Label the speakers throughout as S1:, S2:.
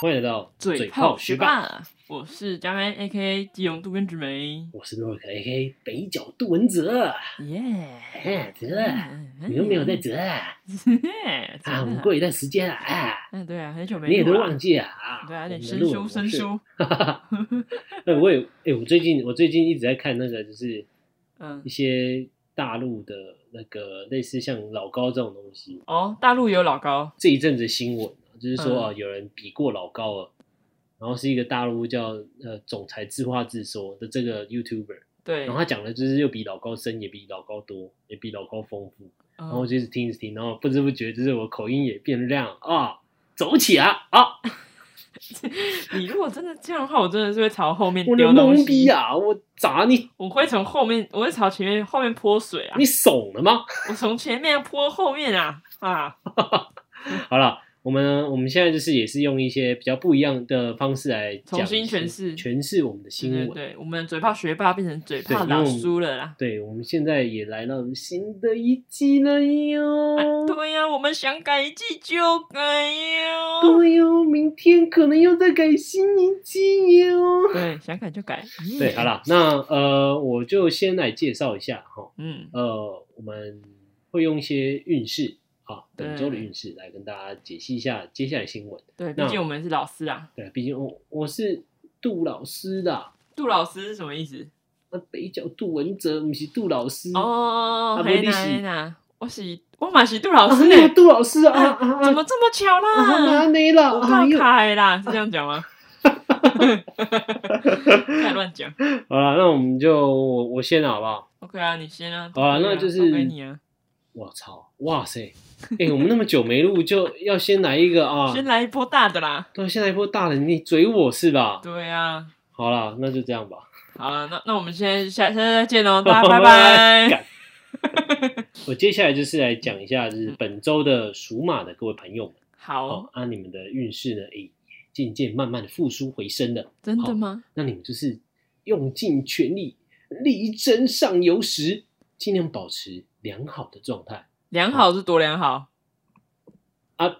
S1: 欢迎来到
S2: 嘴炮学霸，我是佳梅 A K A 基隆渡边直美，
S1: 我是洛克 A K 北角杜文泽。
S2: 耶！
S1: 哎，泽，
S2: 嗯
S1: 你都没有在 泽啊？啊，我们过一段时间了啊，
S2: 嗯，对啊，很嗯久没
S1: 你也
S2: 录
S1: 都
S2: 了
S1: 忘记了啊？
S2: 对啊，有点
S1: 我
S2: 生
S1: 们的录
S2: 疏
S1: 影
S2: 生
S1: 模式。
S2: 疏，
S1: 哎，我也哎，我最近我最近一直在看那个，就是
S2: 嗯
S1: 一，些大陆的那个类似像老高这种东西，
S2: 哦，大陆有老高，
S1: 这一阵子新闻啊就是说
S2: 嗯
S1: 啊，有人比过老高了。然后是一个大陆叫呃总裁自话自说的这个 YouTuber，
S2: 对，嗯
S1: 然后他讲的就是又比老高深，也比老高多，也比老高丰富。然后我
S2: 嗯
S1: 就一直听一直听，然后不知不觉就是我口音也变亮啊，走起啊啊！
S2: 你如果真的这样的话，我真的是会朝后面
S1: 我的
S2: 丢东
S1: 懵逼
S2: 西，
S1: 啊！我咋你
S2: 我会从后面，我会朝前面后面泼水啊
S1: 你，怂了吗？
S2: 我从前面泼后面啊啊，
S1: 好了，我们我们现在就是也是用一些比较不一样的方式来讲
S2: 重新
S1: 一些
S2: 诠释
S1: 诠释我们的新
S2: 对对
S1: 闻。
S2: 对，我们嘴炮学霸变成嘴炮
S1: 对因为我
S2: 老
S1: 们
S2: 叔了啦。
S1: 对我们现在也来到新的一季了哟。
S2: 哎对呀、我们想改一季就改哟。
S1: 对哟，明天可能又再改新一季哟。
S2: 对，想改就改。
S1: 对，好，啦，那呃，我就先来介绍一下哈，
S2: 嗯，
S1: 呃，我们会用一些运势啊，本周的
S2: 对
S1: 运势来跟大家解析一下接下来新闻。
S2: 对，
S1: 那
S2: 毕竟我们是老师啊。
S1: 对，毕竟我我是杜老师的，
S2: 杜老师是什么意思？
S1: 那北角杜文泽不是杜老师
S2: 哦
S1: 啊，
S2: 黑
S1: 不然
S2: 娜
S1: 你是
S2: 黑娜，我是我嘛是杜老
S1: 啊
S2: 师
S1: 你也
S2: 呢，
S1: 杜老师啊
S2: 啊
S1: 啊
S2: 怎
S1: 啊
S2: 么这么巧
S1: 啊！
S2: 啦？
S1: 你啦，
S2: 我
S1: 哎
S2: 靠
S1: 呦
S2: 开啦，是这样讲吗？太乱讲。
S1: 好了，那我们就我我先了好不好？
S2: OK 啊，你先啊。
S1: 好啊
S2: 都可以
S1: 那就是
S2: 都给你啊，
S1: 我操，哇塞！哎、我们那么久没录，就要先来一个啊！
S2: 先来一波大的啦。
S1: 对，啊先来一波大的，你嘴我是吧？
S2: 对啊，
S1: 好啦，那就这样吧。
S2: 好了，那那我们现在下下次再见喽， 大家拜拜。
S1: 干。 我接下来就是来讲一下，
S2: 嗯
S1: 就是本周的属马的各位朋友们，
S2: 好
S1: 哦，，啊，你们的运势呢，诶，渐渐慢慢的复苏回升了。
S2: 真的
S1: 好
S2: 吗？
S1: 那你们就是用尽全力，力争上游时，尽量保持良好的状态
S2: 良好是多良好
S1: 啊，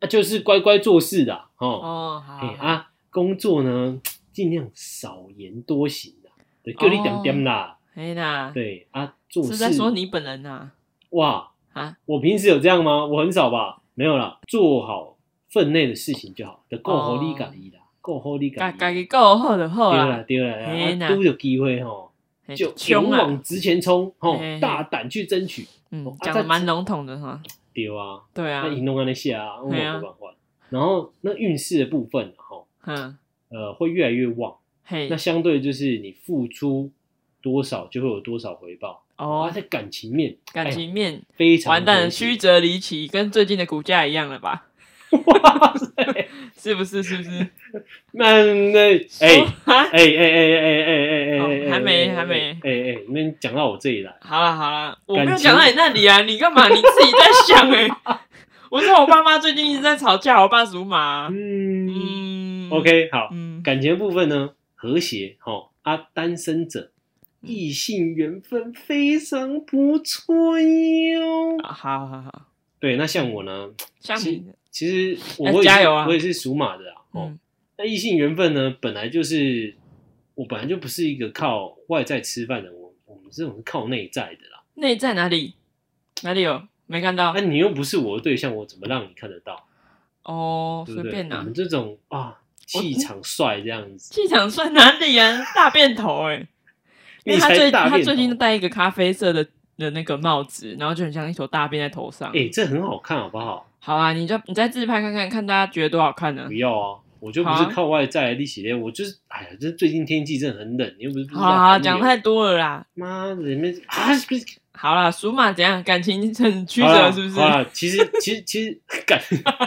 S1: 啊，就是乖乖做事的啊哦，
S2: 哦，好
S1: 哎、啊，工作呢，尽量少言多行的，对，各你点点啦，
S2: 黑娜，
S1: 对啊，做事
S2: 哦是在说你本人呐
S1: 哇。
S2: 啊？
S1: 我平时有这样吗？我很少吧，没有啦，做好分内的事情就好，就够
S2: 哦
S1: 好力感伊啦，够好力
S2: 家
S1: 感
S2: 家
S1: 伊。
S2: 己够好就好
S1: 对
S2: 啦
S1: 啦，对啦，
S2: 嘿
S1: 啊
S2: 呐
S1: 拄着机会吼，
S2: 嘿
S1: 就勇
S2: 穷啊
S1: 往，直前冲吼
S2: 嘿嘿，嘿
S1: 大胆去争取。
S2: 嗯
S1: 啊，
S2: 讲
S1: 再
S2: 的蛮笼统的哈。
S1: 对啊，
S2: 对啊
S1: 那，引动安那些啊，我
S2: 嘿
S1: 没
S2: 啊
S1: 办法。然后那运势的部分啊吼，
S2: 嗯，
S1: 呃，会越来越旺。
S2: 嘿
S1: 那，相对就是你付出多少，就会有多少回报。啊，
S2: 哦，
S1: 在感情面，
S2: 感情面
S1: 哎非常
S2: 完蛋了，
S1: 恭喜
S2: 曲折离奇，跟最近的股价一样了吧？
S1: 哇塞，
S2: 是不是？是不是？
S1: 那那 哎。 哎哎哎哎哎哎哎哎哎
S2: 啊
S1: 哎，
S2: 哦还没还没啊
S1: 哎哎，你们讲到我这里来，
S2: 好了好了，我没
S1: 感
S2: 有
S1: 情
S2: 讲到你那 里啊，你干嘛？你自己在想哎。我说我爸妈最近一直在吵架，我爸属马。
S1: 嗯
S2: 嗯
S1: ，OK，好，
S2: 嗯，
S1: 感情的部分呢，和谐哈啊，单身者
S2: 嗯
S1: 异性缘分非常不错哟。
S2: 啊好好好，
S1: 对，那像我呢，
S2: 像
S1: 是
S2: 你，
S1: 其实我
S2: 哎
S1: 我也是
S2: 加油啊
S1: 我也是属马的啊。哦，
S2: 嗯
S1: 那异性缘分呢，本来就是我本来就不是一个靠外在吃饭的，我我们这种是靠内在的啦。
S2: 内在哪里？哪里有？没看到
S1: 那你又不是我的对象，我怎么让你看得到？
S2: 哦，
S1: 对
S2: 随
S1: 不对？
S2: 便嗯
S1: 我
S2: 拿
S1: 们。这种啊，气场帅这样子，
S2: 气场算哪 里啊？大便头哎、因为他
S1: 才
S2: 最
S1: 大
S2: 他
S1: 便
S2: 最近
S1: 头
S2: 戴一个咖啡色的的那个帽子，然后就很像一坨大便在头上。
S1: 哎、这很好看，好不好？
S2: 好啊，你就你再自拍看看，看大家觉得多好看呢、
S1: 不要啊，我就不
S2: 好
S1: 是
S2: 啊
S1: 靠外在力气练，我就是哎呀，这最近天气真的很冷，你又不是不知
S2: 好
S1: 道
S2: 啊好啊，
S1: 寒流
S2: 讲太多了啦。
S1: 妈的，你们啊，是不是
S2: 好啦，属马怎样？感情很曲
S1: 好啦
S2: 折是不是？
S1: 好啦其实其实其实干，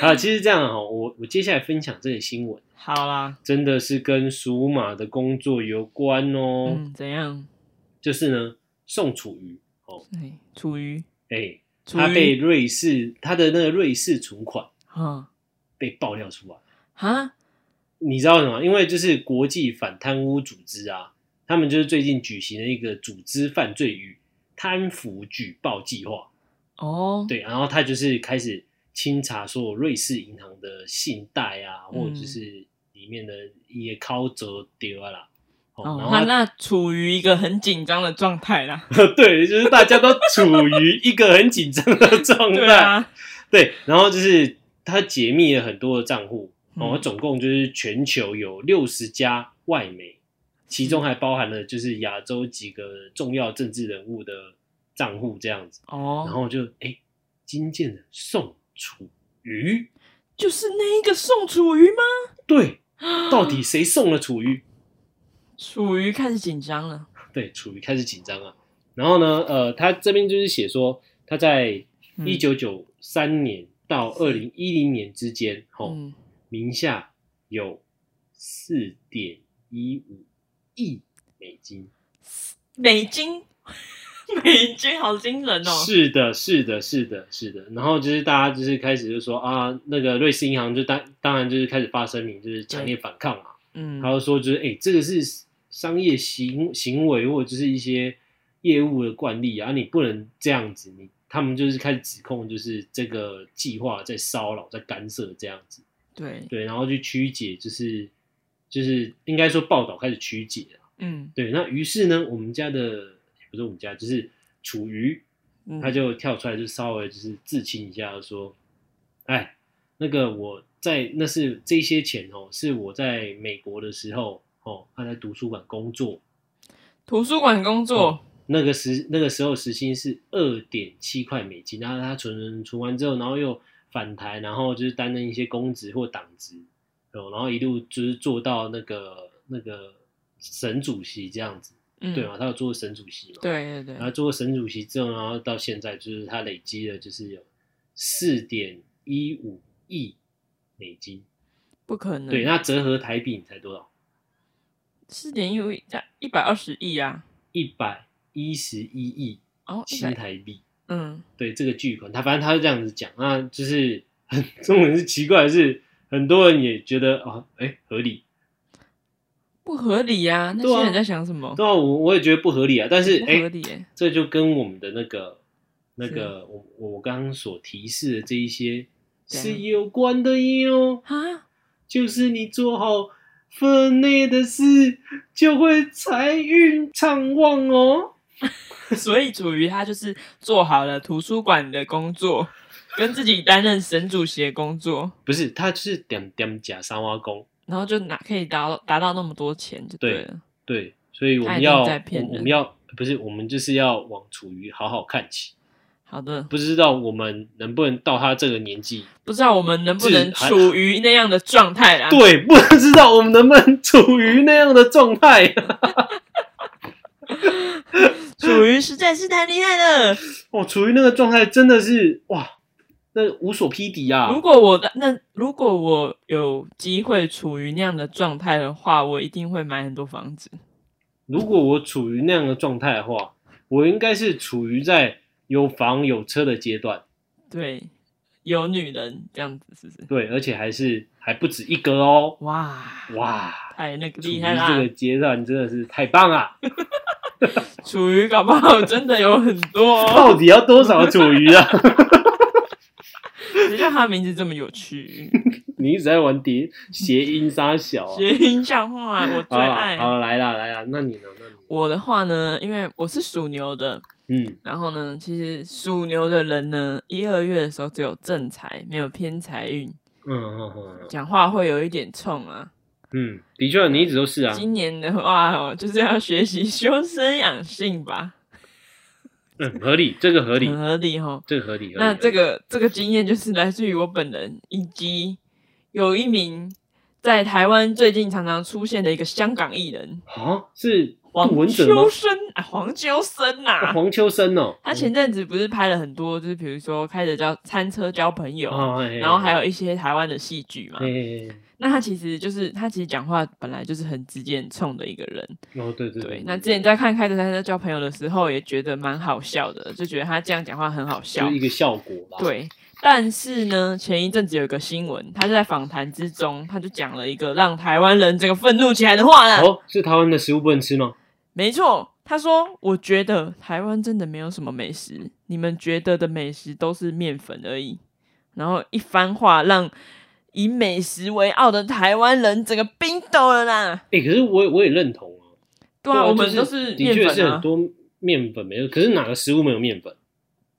S1: 啊，其实这样哈、我我接下来分享这个新闻，
S2: 好啦，
S1: 真的是跟属马的工作有关哦，
S2: 嗯，怎样？
S1: 就是呢，宋楚瑜哦，
S2: 哎，处于
S1: 哎、
S2: 处
S1: 他被
S2: 于
S1: 瑞士他的那个瑞士存款。
S2: 啊
S1: 被爆料出来。
S2: 啊
S1: 你知道什么？因为就是国际反贪污组织啊，他们就是最近举行了一个组织犯罪与贪腐举报计划。
S2: 哦，
S1: 对，然后他就是开始清查所有瑞士银行的信贷啊，
S2: 嗯
S1: 或者就是里面的一些靠折丢啊啦。哦然
S2: 哦，
S1: 后
S2: 他
S1: 他
S2: 那处于一个很紧张的状态 啦。
S1: 对，就是大家都处于一个很紧张的状态。
S2: 对啊，
S1: 对，然后就是他解密了很多的账户，哦，
S2: 嗯
S1: 总共就是全球有六十家外媒，其中还包含了就是亚洲几个重要政治人物的账户这样子，然
S2: 哦，
S1: 后就哎，金建的宋楚瑜，
S2: 就是那一个宋楚瑜吗？
S1: 对，到底谁送了楚瑜？
S2: 楚瑜开始紧张了。
S1: 对，楚瑜开始紧张啊。然后呢，呃，他这边就是写说他在
S2: 嗯
S1: 一九九三年到二零一零年之间，吼、
S2: 嗯，
S1: 名下有四点一五亿美金。
S2: 美金， 美金好惊人哦。
S1: 是的，是的，是的，是的。然后就是大家就是开始就说啊，那个瑞士银行就当当然就是开始发声明，就是强烈反抗嘛。
S2: 嗯，
S1: 他就说就是哎、这个是商业行行为或者就是一些业务的惯例啊，你不能这样子。你他们就是开始指控，就是这个计划在骚扰、在干涉这样子。
S2: 对，
S1: 对，然后去曲解，就是就是应该说报道开始曲解了。
S2: 嗯，
S1: 对，那于是呢，我们家的也不是我们家，就是楚瑜，
S2: 嗯
S1: 他就跳出来，就稍微就是自清一下，说：“哎，那个我在那是这些钱哦，是我在美国的时候哦，他在图书馆工作，
S2: 图书馆工作，
S1: 那个时那个时候时薪是二点七块美金，然后他存存存完之后，然后又返台，然后就是担任一些公职或党职，哦，然后一路就是做到那个那个省主席这样子，
S2: 嗯，
S1: 对吗？啊他有做过省主席嘛？。
S2: 对对
S1: 然后
S2: 对，
S1: 做过省主席之后，然后到现在就是他累积了就是有四点一五亿美金，
S2: 不可能。
S1: 对，那折合台币你猜多少？
S2: 四点一亿，一百二十亿啊。
S1: 一百一十一亿
S2: 哦，一
S1: 新
S2: 百，
S1: 台币。
S2: 嗯，
S1: 对这个巨款，他反正他是这样子讲，那就是很 重点是奇怪的是，很多人也觉得哦，哎，合理，
S2: 不合理啊！那
S1: 对啊
S2: 些人在想什么？
S1: 对啊，我我也觉得不合理啊，但是
S2: 哦不合
S1: 哎，
S2: 理耶。
S1: 这就跟我们的那个那个我我我刚刚所提示的这一些
S2: 对啊
S1: 是有关的哟，
S2: 啊，
S1: 就是你做好分内的事，就会财运畅旺哦。
S2: 所以楚瑜他就是做好了图书馆的工作，跟自己担任省主席的工作，
S1: 不是，他就是点点假三挖工，
S2: 然后就拿可以达到达到那么多钱就对了。
S1: 对，所以我
S2: 他
S1: 们
S2: 已经
S1: 要
S2: 在骗
S1: 我我
S2: 人
S1: 们要不是我们就是要往处于好好看齐。
S2: 好的，
S1: 不知道我们能不能到他这个年纪，
S2: 不知道我们能不能
S1: 自还
S2: 处于那样的状态啦？
S1: 对，不知道我们能不能处于那样的状态。
S2: 楚瑜实在是太厉害了。
S1: 哦，处于那个状态真的是哇，那无所匹敌啊！
S2: 如果我的那如果我有机会处于那样的状态的话，我一定会买很多房子。
S1: 如果我处于那样的状态的话，我应该是处于在有房有车的阶段，
S2: 对，有女人这样子是不是？
S1: 对，而且还是还不止一个哦，
S2: 哇，
S1: 哇！
S2: 太那个
S1: 处于
S2: 厉害
S1: 这
S2: 啦
S1: 个！阶段真的是太棒了！
S2: 楚瑜搞不好真的有很多、哦，
S1: 到底要多少处于啊？
S2: 谁叫他名字这么 有趣？
S1: 你一直在玩叠谐音杀小啊！
S2: 谐音笑话我
S1: 好
S2: 最爱
S1: 啦。啊好啦来啦来啦，那你呢？那你呢
S2: 我的话呢，因为我是属牛的，
S1: 嗯
S2: 然后呢，其实属牛的人呢，一二月的时候只有正财，没有偏财运，
S1: 嗯嗯嗯
S2: 讲话会有一点冲啊。
S1: 嗯，的确，你一直都是啊。
S2: 今年的话哦，就是要学习修身养性吧，
S1: 嗯，合理，这个合理
S2: 很，合理哈。
S1: 这个合理。合理
S2: 嗯那这个这个经验就是来自于我本人，以及有一名在台湾最近常常出现的一个香港艺人
S1: 啊是
S2: 黄
S1: 杜文泽吗
S2: 秋？生啊，黄秋生呐、
S1: 啊黄秋生哦，
S2: 他前阵子不是拍了很多，就是比如说开着交餐车交朋友，
S1: 啊，哎
S2: 然后还有一些台湾的戏剧嘛。
S1: 哎哎哎
S2: 那他其实就是他其实讲话本来就是很直接很冲的一个人，
S1: 哦，对对
S2: 对，那之前在看《开着开车交朋友》的时候，也觉得蛮好笑的，就觉得他这样讲话很好
S1: 就
S2: 笑
S1: 是。一个效果吧。，
S2: 对，但是呢，前一阵子有一个新闻，他就在访谈之中，他就讲了一个让台湾人整个愤怒起来的话呢。
S1: 哦，是台湾的食物不能吃吗？
S2: 没错，他说：“我觉得台湾真的没有什么美食，你们觉得的美食都是面粉而已。”然后一番话让以美食为傲的台湾人整个冰抖了啦。
S1: 哎、可是我也我也认同啊，
S2: 对啊，
S1: 啊，
S2: 我
S1: 就
S2: 们都
S1: 是的
S2: 面
S1: 确
S2: 粉
S1: 是很
S2: 啊，
S1: 多面粉没有，可是哪个食物没有面粉？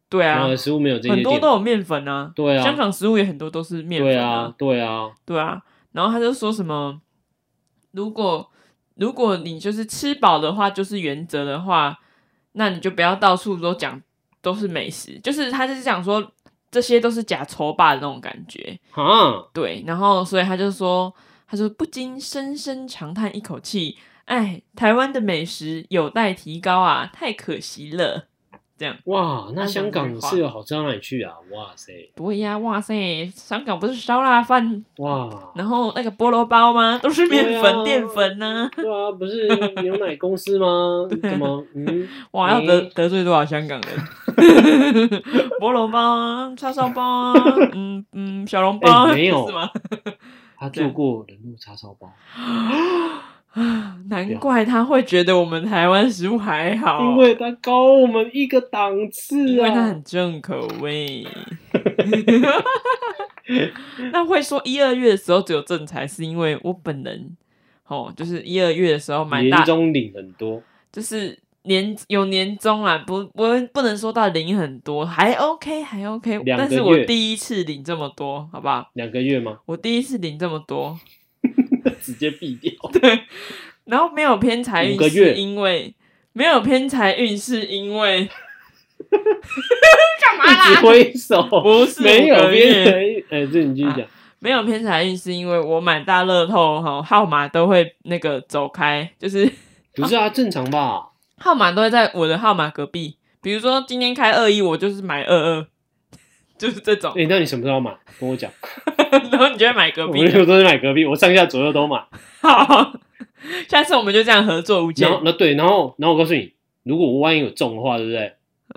S2: 对
S1: 哪
S2: 啊
S1: 个，食物没呃有这些
S2: 很多
S1: 淀
S2: 都
S1: 粉？
S2: 有面粉啊。
S1: 对啊
S2: 香港食物也很多都是面
S1: 对
S2: 粉
S1: 啊，对啊，
S2: 对啊，然后他就说什么，如果如果你就是吃饱的话，就是原则的话，那你就不要到处都讲都是美食，就是他就是讲说这些都是假丑霸的那种感觉，
S1: 啊，
S2: 对，然后所以他就说，他说不禁深深长叹一口气，哎，台湾的美食有待提高啊，太可惜了。这样，
S1: 哇，那
S2: 他讲
S1: 香
S2: 这
S1: 港
S2: 句话
S1: 是有好吃到哪里去啊？哇塞，
S2: 对呀、哇塞，香港不是烧腊饭，
S1: 哇，
S2: 然后那个菠萝包吗？都是面
S1: 对啊
S2: 粉、淀粉呢、
S1: 对啊，不是牛奶公司吗？
S2: 对啊
S1: 怎么， 嗯，
S2: 哇，要得
S1: 诶
S2: 得罪多少香 港人？菠萝包啊，叉烧包啊，嗯嗯，小笼包啊、
S1: 哎没有
S2: 是吗？
S1: 他
S2: 啊
S1: 做过人肉叉烧包，
S2: 难怪他会觉得我们台湾食物还好，
S1: 因为他高我们一个档次
S2: 哦因为他
S1: 啊。
S2: 很重口味。 那会说一二月的时候只有正财，是因为我本人哦，就是一二月的时候买
S1: 年
S2: 大，
S1: 终领很多，
S2: 就是年有年终啦，不不不能说到领很多，还 OK 还 OK，
S1: 两个
S2: 但是我
S1: 月
S2: 第一次领这么多，好不好？
S1: 两个月吗？
S2: 我第一次领这么多，
S1: 直接毙 掉。
S2: 然后没有偏财
S1: 五
S2: 运
S1: 个
S2: 是
S1: 月
S2: 因为没有偏财运是因 为干嘛
S1: 一直
S2: 啦？
S1: 挥手，
S2: 不是
S1: 没有
S2: 五个
S1: 别
S2: 月
S1: 人。哎，这你继续讲。
S2: 没有偏财运是因为我买大乐透哈号码都会那个走开，就是
S1: 不是啊，正常 吧？
S2: 号码都会在我的号码隔壁。比如说今天开二一，我就是买二二， 就是这种，
S1: 哎，那你什么时候买？跟我讲。
S2: 然后你就会买 隔
S1: 我
S2: 壁啊
S1: 们
S2: 的。
S1: 又都是买隔壁，我上下左右都买。
S2: 好，下次我们就这样合作无间
S1: 然后，，那对，然后，然后我告诉你，如果我万一有中的话，对不对？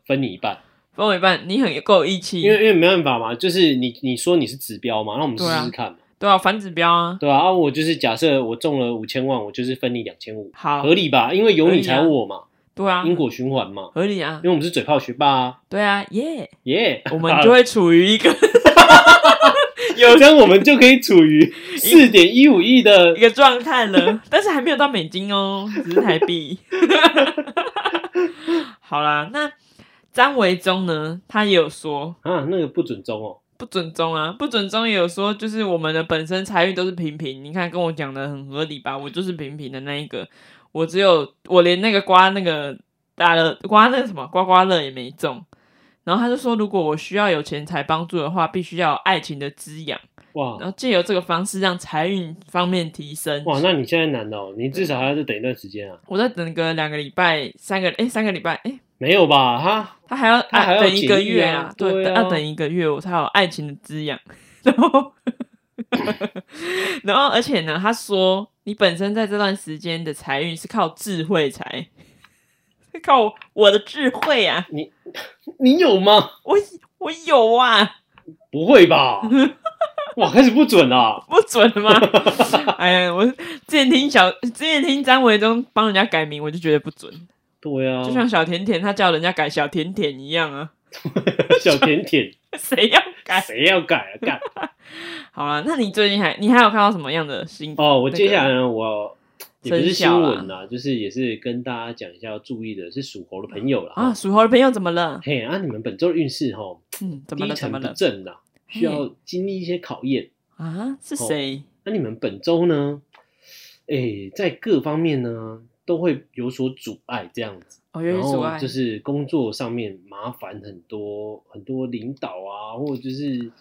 S1: 分你一半，
S2: 分我一半。你很够义气，
S1: 因为因为没办法嘛，就是你你说你是指标嘛，那我们试
S2: 对啊
S1: 试看嘛，
S2: 对啊，反指标啊。
S1: 对吧、啊？我就是假设我中了五千万，我就是分你两千五，
S2: 好
S1: 合，理吧？因为有你才有我嘛，
S2: 对啊，
S1: 因果循环嘛，
S2: 合理啊
S1: 因，为我们是嘴炮学霸啊，
S2: 对啊， 耶、
S1: 耶、
S2: 我们就会处于一个
S1: 有这样我们就可以处 于四点一五亿的
S2: 一个状态了，但是还没有到美金哦，只是台币。 好啦，那张维忠呢？他也有说
S1: 啊，那个不准中哦，
S2: 不准中啊，不准中也有说，就是我们的本身财运都是平平。你看跟我讲的很合理吧？我就是平平的那一个，我只有我连那个刮那个大乐刮那个什么刮刮乐也没中。然后他就说，如果我需要有钱财帮助的话，必须要有爱情的滋养。
S1: 哇
S2: 然后借由这个方式让财运方面提升。
S1: 哇，那你现在难哦，你至少还要再等一段时间啊，
S2: 我再等个两个礼拜、三个哎、三个礼拜哎、
S1: 没有吧？哈，
S2: 他还要
S1: 他还要
S2: 等一个
S1: 检疫
S2: 月
S1: 啊
S2: 对，
S1: 对啊
S2: 等要等一个月我才有爱情的滋养。然后，然后而且呢，他说你本身在这段时间的财运是靠智慧财，是靠我的智慧啊，
S1: 你有吗？
S2: 我我有啊，
S1: 不会 吧？哇，开始不准了。
S2: 不准吗？ 哎呀，我之前听小之前听张维忠帮人家改名，我就觉得不准，
S1: 对啊，
S2: 就像小甜甜他叫人家改小甜甜一样啊，
S1: 小甜甜，
S2: 谁要改？
S1: 谁要改啊？改
S2: 好了，那你最近还你还有看到什么样的新？
S1: 哦！我
S2: 那个
S1: 接下来呢，我也不是
S2: 生
S1: 新
S2: 啊肖啦
S1: 闻啦，就是也是跟大家讲一下要注意的，是属猴的朋友啦。
S2: 啊，属猴的朋友怎么了？
S1: 嘿啊，你们本周的运势哈，
S2: 嗯，怎么
S1: 低
S2: 了？怎
S1: 沉
S2: 么
S1: 不
S2: 了？
S1: 振啦，需要经历一些考验。
S2: 啊，是
S1: 哦
S2: 谁？
S1: 那你们本周呢，哎，在各方面呢都会有所阻碍，这样子。
S2: 哦，
S1: 然
S2: 有阻
S1: 后
S2: 碍，
S1: 就是工作上面麻烦很多，很多领导啊，或者就是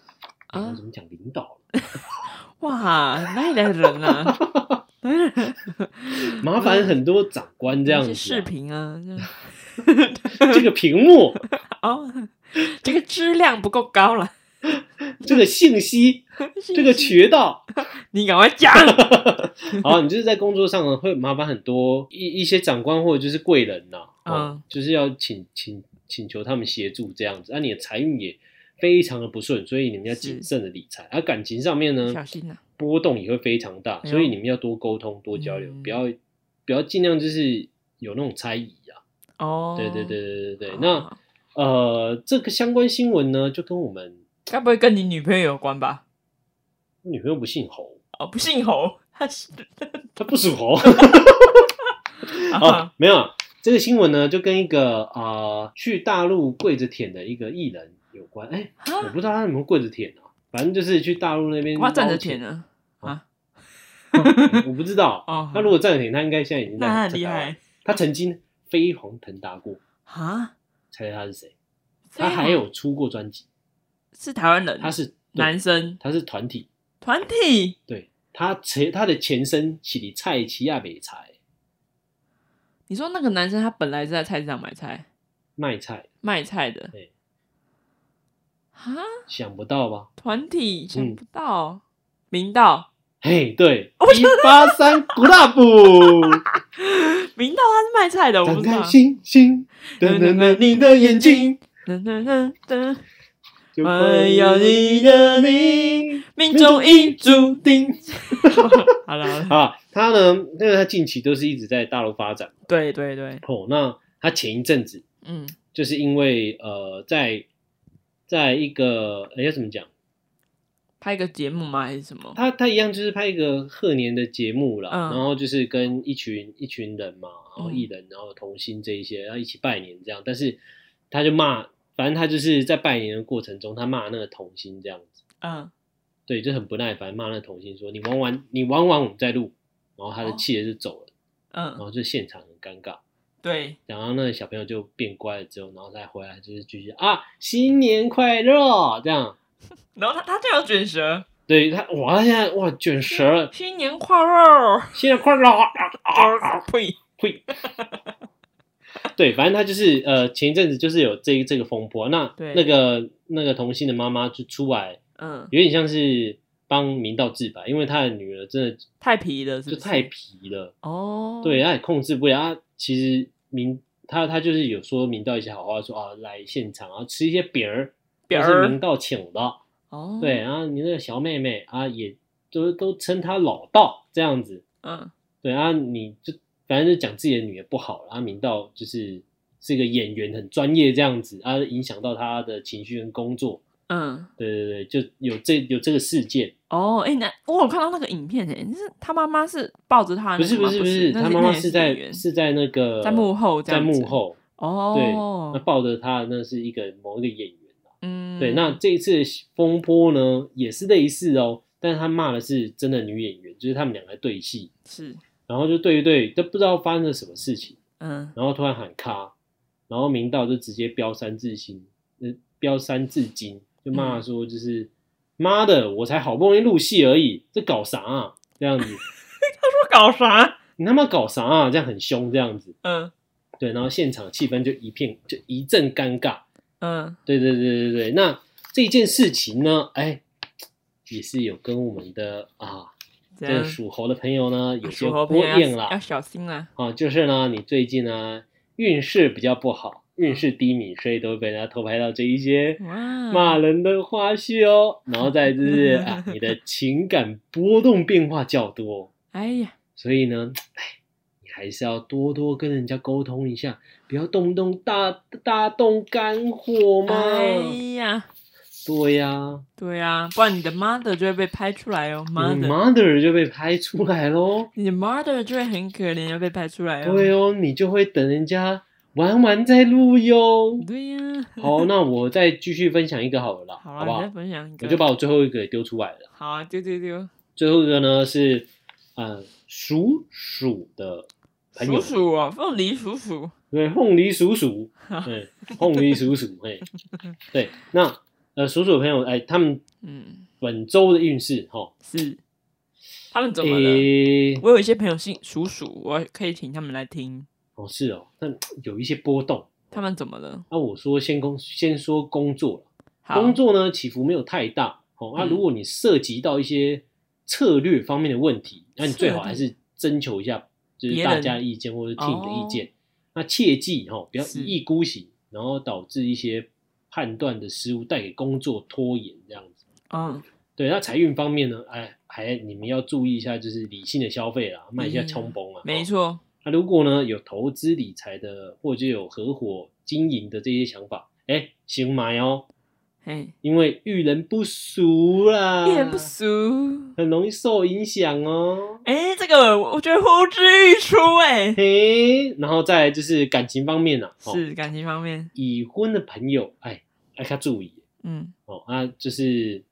S2: 啊
S1: 啊，怎么讲领导？
S2: 哇，哪里来的人啊？哪里来的人
S1: 麻烦很多长官 这样子、
S2: 一
S1: 啊，
S2: 些视频啊，这样
S1: 这个屏幕，
S2: 哦， 这个质量不够高了。
S1: 这个信息，这个渠道，
S2: 你赶快讲，
S1: 好，哦你就是在工作上呢会麻烦很多一一些长官或者就是贵人呐、哦
S2: 嗯
S1: 就是要请请请求他们协助这样子，啊那、你的财运也非常的不顺，所以你们要
S2: 是
S1: 谨慎的理财，而、感情上面呢
S2: 小心啊呐！
S1: 波动也会非常大，
S2: 哎呦
S1: 所以你们要多沟通多交流，
S2: 嗯
S1: 不要不要尽量就是有那种猜疑啊，
S2: 哦，
S1: 对对对对对对，
S2: 好，
S1: 那。
S2: 好好
S1: 呃，这个相关新闻呢，就跟我们
S2: 该不会跟你女朋友有关吧？
S1: 女朋友不姓侯，
S2: 哦，不姓侯，他是
S1: 她不属猴。
S2: 啊 嗯
S1: 哦，没有这个新闻呢，就跟一个呃去大陆跪着舔的一个艺人有关。哎，我
S2: 啊，
S1: 不知道他有没有跪着舔啊，反正就是去大陆那边
S2: 我站着
S1: 捞
S2: 舔呢。
S1: 钱，我不知道。
S2: 啊哦，
S1: 他如果站着舔，他应该现在已经在
S2: 那他很
S1: 在
S2: 厉
S1: 台湾
S2: 害
S1: 他曾经飞黄腾达过，
S2: 啊，
S1: 猜猜他是谁？
S2: 所
S1: 他
S2: 以
S1: 还有出过专辑，
S2: 是台湾人，
S1: 他是
S2: 男，生
S1: 对他是团体，
S2: 团体，
S1: 对他前他的前身起蔡奇亚美菜
S2: 你说那个男生他本来是在菜市场买菜
S1: 卖菜，
S2: 卖菜的
S1: 对，
S2: 啊，
S1: 想不到吧？
S2: 团体
S1: 嗯
S2: 想不到，明道，
S1: 嘿，对，
S2: 我觉
S1: 一八三 club，
S2: 明道他是卖菜的，我不
S1: 展
S2: 知道
S1: 开。星星，等等等你的眼睛，
S2: 噔噔噔噔，
S1: 就
S2: 哎
S1: 会
S2: 呀
S1: 有
S2: 你
S1: 你
S2: 的
S1: 的
S2: 命
S1: 命
S2: 命中已注定。 好了好了，
S1: 啊。他呢，因为他近期都是一直在大陆发展
S2: 对对对，
S1: 哦。那他前一阵子
S2: 嗯，
S1: 就是因为呃，在在一个哎要怎么讲，
S2: 拍个节目吗还是什么？
S1: 他他一样就是拍一个贺年的节目啦，
S2: 嗯
S1: 然后就是跟一群一群人嘛，然后
S2: 嗯
S1: 艺人，然后童星这一些，然后一起拜年这样。但是他就骂，反正他就是在拜年的过程中，他骂那个童星这样子，
S2: 嗯，
S1: 对，就很不耐烦，骂那个童星说：“你玩完，你玩完我们再录。”然后他就
S2: 哦
S1: 气的就走了，然
S2: 嗯，
S1: 后就现场很尴尬。
S2: 对，
S1: 然后那个小朋友就变乖了之后，然后再回来就是继续啊，新年快乐这样。
S2: 然后他他就有卷舌，
S1: 对他，哇，他现在哇卷舌了，
S2: 新年快乐，
S1: 新年快乐啊啊啊！
S2: 呸，
S1: 会。对，反正他就是呃，前一阵子就是有这这个风波，那
S2: 对
S1: 那个那个童星的妈妈就出来，
S2: 嗯，
S1: 有点像是帮明道自白，因为他的女儿真的
S2: 太皮了，是
S1: 就
S2: 不是？
S1: 太皮了，
S2: 哦，
S1: 对，，她也控制不了。她其实明她她就是有说明道一些好话，说啊来现场啊吃一些饼儿，
S2: 饼
S1: 都
S2: 儿
S1: 是明道请的，
S2: 哦，
S1: 对，，然后你那个小妹妹啊也都都称他老道这样子，
S2: 嗯，
S1: 对啊，你就反正就讲自己的女儿不好，然后明道就是是一个演员，很专业这样子，啊，影响到他的情绪跟工作。
S2: 嗯，
S1: 对对对，就有这有这个事件，
S2: 哦，哎，那我有看到那个影片哎，是他妈妈是抱着啊他的那个
S1: 不是不
S2: 吗，是
S1: 是不是，
S2: 那
S1: 他妈妈
S2: 那也
S1: 是
S2: 是演
S1: 在
S2: 员
S1: 是在那个
S2: 在幕后这
S1: 在
S2: 样子
S1: 幕后，对，那
S2: 哦，
S1: 抱着他的那是一个某一个演员啊
S2: 嗯，
S1: 对，那这一次的风波呢也是类似哦，但是他骂的是真的女演员，就是他们两个对戏，
S2: 是，
S1: 然后就对一对，都不知道发生了什么事情。
S2: 嗯，
S1: 然后突然喊咔，然后明道就直接飙三字经，呃，飙三字经，就骂他说就是、妈的，我才好不容易入戏而已，这搞啥啊？这样子，
S2: 不搞啥，
S1: 你他妈搞啥啊？这样很凶，这样子，
S2: 嗯
S1: 对，然后现场气氛就一片就一阵尴尬，
S2: 嗯，
S1: 对对对对对，那这件事情呢，哎，也是有跟我们的啊，
S2: 这
S1: 这个
S2: 样
S1: 属猴的朋友呢有些
S2: 属猴
S1: 呼
S2: 朋友
S1: 应
S2: 要要
S1: 啦，
S2: 小心啦，
S1: 啊，就是呢，你最近呢运势比较不好，运势低迷，所以都会被人家偷拍到这一些
S2: 哇，
S1: 骂人的花絮哦。然后再就是 啊，你的情感波动变化较多，
S2: 哎呀，
S1: 所以呢，哎，你还是要多多跟人家沟通一下，不要动不动大大动肝火嘛。
S2: 哎
S1: 哦
S2: 呀，
S1: 对呀、
S2: 对啊，不然你的 mother 就会被拍出来哦
S1: 你
S2: ，mother，
S1: mother 就被拍出来喽。
S2: 你的 mother 就会很可怜，要被拍出来哦，
S1: 对哦，你就会等人家玩完再录 哟。
S2: 对呀，
S1: 好，那我再继续分享一个好了啦，
S2: 好啊
S1: 不
S2: 了，
S1: 好
S2: 你再？分享一个，
S1: 我就把我最后一个给丢出来了。
S2: 好啊，丢丢丢，
S1: 最后一个呢是，呃，鼠鼠的朋友
S2: 鼠，鼠啊，凤梨鼠鼠，
S1: 对，凤梨鼠 鼠，对，凤梨鼠鼠，嘿，对，那呃，鼠鼠的朋友，哎，他们
S2: 嗯，
S1: 本周的运势，哈，
S2: 是，他们怎么了？
S1: 诶，
S2: 我有一些朋友姓鼠鼠，我可以请他们来听，
S1: 哦是哦，但有一些波动。
S2: 他们怎么了？
S1: 那、我说先工先说工作啦
S2: 好，
S1: 工作呢起伏没有太大，哦，那、
S2: 嗯
S1: 如果你涉及到一些策略方面的问题，那你最好还是征求一下，就是
S2: 别
S1: 大
S2: 人
S1: 家的意见或者是听你的意见。
S2: 哦
S1: 那切记哈、哦，不要
S2: 是
S1: 一意孤行，然后导致一些判断的失误，带给工作拖延这样子。
S2: 嗯，
S1: 对，那财运方面呢，哎，还你们要注意一下，就是理性的消费啦，卖一下
S2: 嗯
S1: 冲崩啊，
S2: 没
S1: 哦
S2: 错，
S1: 那如果呢有投资理财的，或者有合伙经营的这些想法，哎，行买哦，
S2: 嘿，
S1: 因为遇人不淑啦，
S2: 一言不俗。
S1: 很容易受影响哦。
S2: 哎、这个我觉得呼之欲出哎、
S1: 嘿，然后再来就是感情方面呢、哦，
S2: 是感情方面，
S1: 已婚的朋友，哎，哎，要注意
S2: 嗯
S1: 哦啊，就是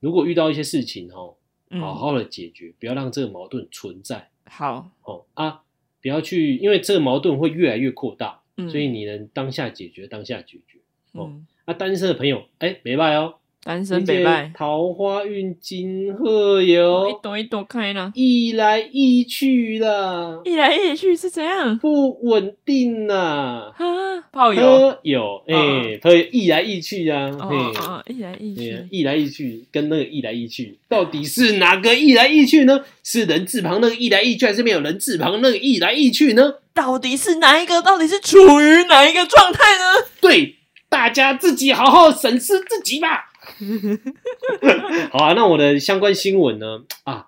S1: 如果遇到一些事情哦，
S2: 嗯，
S1: 好好的解决，不要让这个矛盾存在
S2: 好
S1: 哦啊，不要去，因为这个矛盾会越来越扩大，
S2: 嗯，
S1: 所以你能当下解决，当下解决。哦
S2: 嗯，
S1: 啊，单身的朋友，哎，没拜哦，
S2: 单身
S1: 你
S2: 北
S1: 这
S2: 拜，哦
S1: 桃花运金鹤哟，
S2: 一朵一朵开呢，
S1: 一来一去啦，
S2: 一来一去是怎样
S1: 不稳定啦。
S2: 啊？炮友，
S1: 喝有
S2: 嗯
S1: 哎，喝一来一去啊，
S2: 哦
S1: 哦嘿
S2: 哦，哦，一来一
S1: 对啊
S2: 去，
S1: 一来一去跟那个一来一去，到底是哪个一来一去呢？是人字旁那个一来一去，还是没有人字旁那个一来一去呢？
S2: 到底是哪一个？到底是处于哪一个状态呢？
S1: 对，大家自己好好审视自己吧。好啊，那我的相关新闻呢？啊，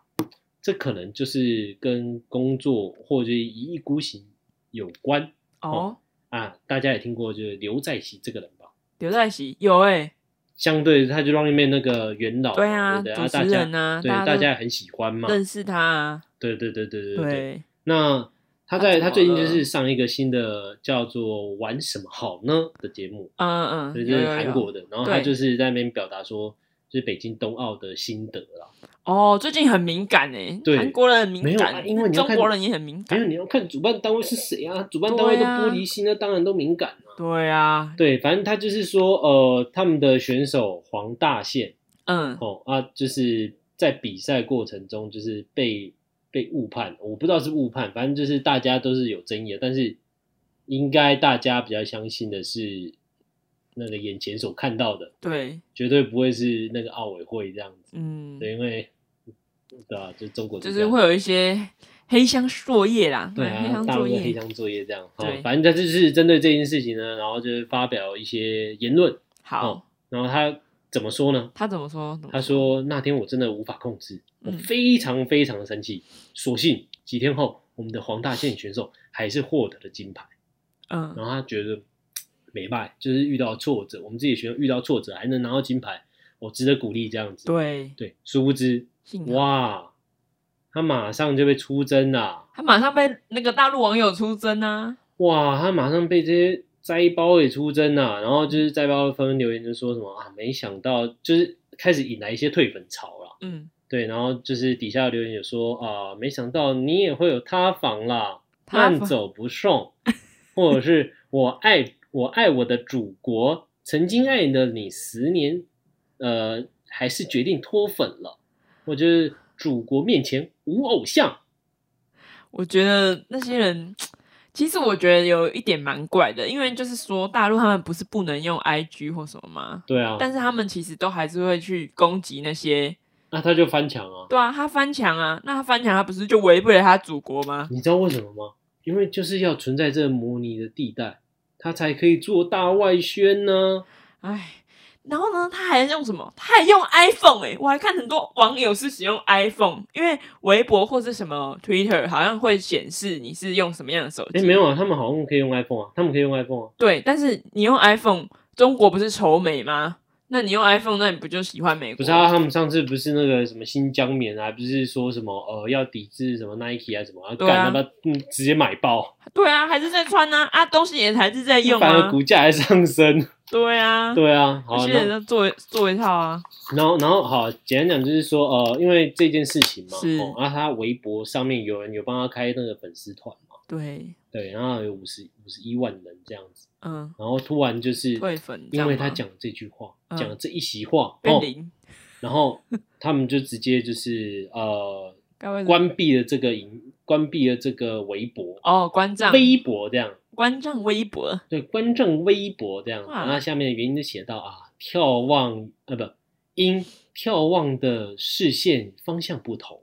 S1: 这可能就是跟工作或者一意孤行有关
S2: 哦，
S1: 啊。大家也听过，就是刘在熙这个人吧？
S2: 刘在熙有哎、
S1: 相对他就 Running Man 那个元老嘛，
S2: 对啊，
S1: 对不
S2: 主
S1: 对
S2: 持
S1: 大家
S2: 人啊，
S1: 对
S2: 都
S1: 大家也很喜欢嘛。
S2: 认识他啊，
S1: 对对对对对对。
S2: 对，
S1: 那他在
S2: 他
S1: 他
S2: 怎
S1: 最
S2: 么
S1: 近
S2: 了
S1: 就是上一个新的叫做《玩什么好呢》的节目，
S2: 嗯
S1: 对，
S2: 嗯，
S1: 就
S2: 有
S1: 是
S2: 有有
S1: 韩国的，然后他
S2: 对
S1: 就是在那边表达说，就是北京冬奥的心得啦。
S2: 哦，最近很敏感哎，
S1: 对
S2: 韩国人很敏
S1: 没有啊
S2: 感，
S1: 因为你要
S2: 中
S1: 看
S2: 国人也很敏
S1: 因为
S2: 感，
S1: 你要看主办单位是谁啊，主办单位都
S2: 对啊
S1: 玻璃心，那当然都敏感啊。
S2: 对啊，
S1: 对，反正他就是说，呃，他们的选手黄大宪
S2: 嗯，
S1: 哦啊，就是在比赛过程中就是被被误判，我不知道是误判，反正就是大家都是有争议的，但是应该大家比较相信的是那个眼前所看到的，
S2: 对，
S1: 绝对不会是那个奥委会这样子。
S2: 嗯，
S1: 对，因为对啊，就中国
S2: 就
S1: 这
S2: 是
S1: 样
S2: 会有一些黑箱作业啦，哎
S1: 对
S2: 黑
S1: 啊，
S2: 箱
S1: 大陆
S2: 作
S1: 的黑
S2: 业，
S1: 箱作业这样。好
S2: 对，
S1: 反正他就是针对这件事情呢，然后就是发表一些言论。哦
S2: 好，
S1: 然后他怎么说呢？
S2: 他怎么说？
S1: 他说：“那天我真的无法控制，我
S2: 嗯
S1: 非常非常的生气。所幸几天后，我们的黄大宪选手还是获得了金牌。
S2: 嗯，
S1: 然后他觉得没败，就是遇到挫折，我们自己的选手遇到挫折还能拿到金牌，我值得鼓励这样子。
S2: 对，嗯
S1: 对，殊不知
S2: 幸好
S1: 哇，他马上就被出征啊啦！
S2: 他马上被那个大陆网友出征啊，
S1: 哇，他马上被这些斋包给出征啦！然后就是斋包纷纷留言就说什么啊，没想到就是开始引来一些退粉潮啦。
S2: 嗯，
S1: 对，然后就是底下留言有说啊，没想到你也会有塌房啦，
S2: 他
S1: 慢走不送， 或者是我爱我爱我的祖国，曾经爱了你十年，呃，还是决定脱粉了。我就是祖国面前无偶像，
S2: 我觉得那些人，其实我觉得有一点蛮怪的，因为就是说大陆他们不是不能用 IG 或什么吗？
S1: 对啊，
S2: 但是他们其实都还是会去攻击那些，
S1: 那他就翻墙啊。
S2: 对啊，他翻墙啊，那他翻墙，他不是就违背了他祖国吗？
S1: 你知道为什么吗？因为就是要存在这个模拟的地带，他才可以做大外宣呢、
S2: 哎，然后呢，他还用什么？他还用 iPhone 哎、我还看很多网友是使用 iPhone，因为微博或是什么 Twitter 好像会显示你是用什么样的手
S1: 哎，
S2: 机。
S1: 没有啊，他们好像可以用 iPhone 啊，他们可以用 iPhone 啊。
S2: 对，但是你用 iPhone，中国不是仇美吗？那你用 iPhone，那你不就喜欢美国？
S1: 不是啊，他们上次不是那个什么新疆棉啊，不是说什么呃要抵制什么 Nike 啊什么，啊
S2: 对
S1: 干
S2: 啊
S1: 他妈嗯直接买爆，
S2: 对啊，还是在穿啊，啊，东西也还是在用
S1: 反而
S2: 啊，
S1: 股价还上升。
S2: 对啊，
S1: 对啊，
S2: 有
S1: 好，
S2: 些人
S1: 然后
S2: 都做做一套啊，
S1: 然后然后好，简单讲就是说呃，因为这件事情嘛，
S2: 是
S1: 哦，然后他微博上面有人有帮他开那个粉丝团嘛，
S2: 对，
S1: 对，然后有五十五十一万人这样子，
S2: 嗯，
S1: 然后突然就是
S2: 退粉这
S1: 因
S2: 样吗
S1: 为他讲哦这句话，
S2: 嗯
S1: 讲这一席话，
S2: 变
S1: 哦，
S2: 零，
S1: 然 后他们就直接就是呃
S2: 该不会是
S1: 关闭了这个营，关闭了这个微博，
S2: 哦关账
S1: 微博这样，
S2: 关账微博，
S1: 对，关正微博这样。
S2: 哇
S1: 然后下面的原因就写到啊，眺望呃不，因眺望的视线方向不同，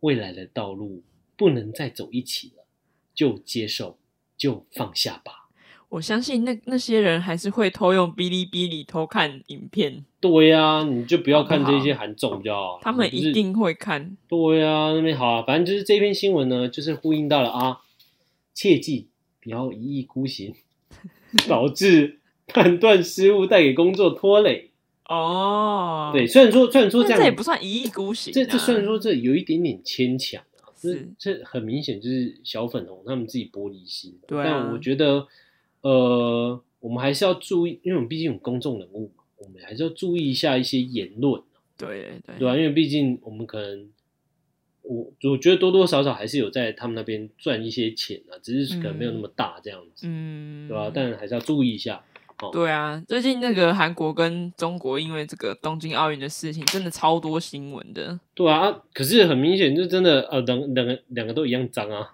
S1: 未来的道路不能再走一起了，就接受，就放下吧。
S2: 我相信那那些人还是会偷用哔哩哔哩偷看影片，
S1: 对呀、你就不要看
S2: 好不好
S1: 这些韩综比较好。
S2: 他们
S1: 哦你不
S2: 一
S1: 是
S2: 定会看。
S1: 对啊，那边好啊，反正就是这篇新闻呢，就是呼应到了啊，切记不要一 意孤行，导致判断失误带给工作拖累。
S2: 哦，
S1: 对，，虽然说虽然说这
S2: 这
S1: 样，
S2: 也不算一意孤行、啊，
S1: 这这虽然说这有一点点牵强啊，这
S2: 是
S1: 这很明显就是小粉红他们自己玻璃心。
S2: 对啊
S1: 但我觉得呃，我们还是要注意，因为我们毕竟有公众人物嘛，我们还是要注意一下一些言论，
S2: 对对
S1: 对啊吧、因为毕竟我们可能。我我觉得多多少少还是有在他们那边赚一些钱啊，只是可能没有那么大这样子，
S2: 嗯，
S1: 对吧、啊但还是要注意一下。
S2: 对啊，最近那个韩国跟中国因为这个东京奥运的事情，真的超多新闻的。
S1: 对啊，啊可是很明显，就真的呃，两两个两个都一样脏啊。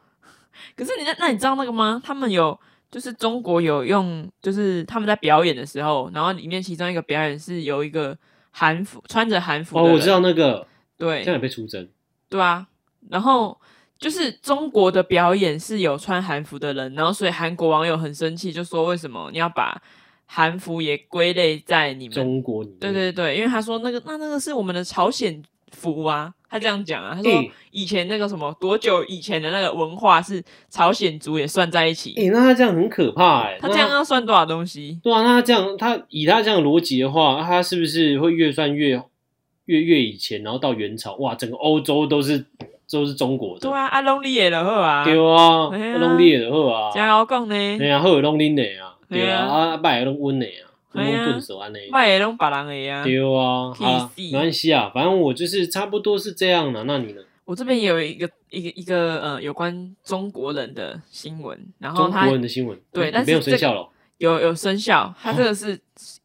S2: 可是你那那你知道那个吗？他们有就是中国有用，就是他们在表演的时候，然后里面其中一个表演是有一个韩服穿着韩服
S1: 哦，
S2: 的人
S1: 我知道那个，现在
S2: 对
S1: 也被出征。
S2: 对啊，然后。就是中国的表演是有穿韩服的人，然后所以韩国网友很生气，就说为什么你要把韩服也归类在你们
S1: 中国里面，
S2: 对对对，因为他说那个那那个是我们的朝鲜服啊，他这样讲啊，他说
S1: 诶
S2: 以前那个什么多久以前的那个文化是朝鲜族也算在一起，
S1: 哎、那他这样很可怕哎、
S2: 他
S1: 那
S2: 这样要啊算多少东西？
S1: 对啊，那他这样，他以他这样的逻辑的话，他是不是会越算越越越以前，然后到元朝，哇，整个欧洲都是都是中国的，
S2: 对啊，阿龙你也了后啊，
S1: 对啊，
S2: 哎呀
S1: 弄你的好啊，
S2: 加油讲呢，
S1: 哎呀，好的弄恁的啊，对
S2: 哎呀
S1: 啊，啊，拜的弄阮的啊，
S2: 哎呀
S1: 弄棍手安尼。
S2: 卖也弄别人的呀、
S1: 对啊，好啦
S2: 屁
S1: 没
S2: 事
S1: 关系啊，反正我就是差不多是这样的、那你呢？
S2: 我这边也有一个一个一个呃有关中国人的新闻，然后
S1: 中
S2: 哦他
S1: 国人的新闻，
S2: 对
S1: 你
S2: 但是
S1: 没有
S2: 这
S1: 生
S2: 个
S1: 效了哦。
S2: 有有生效，他
S1: 哦
S2: 这个是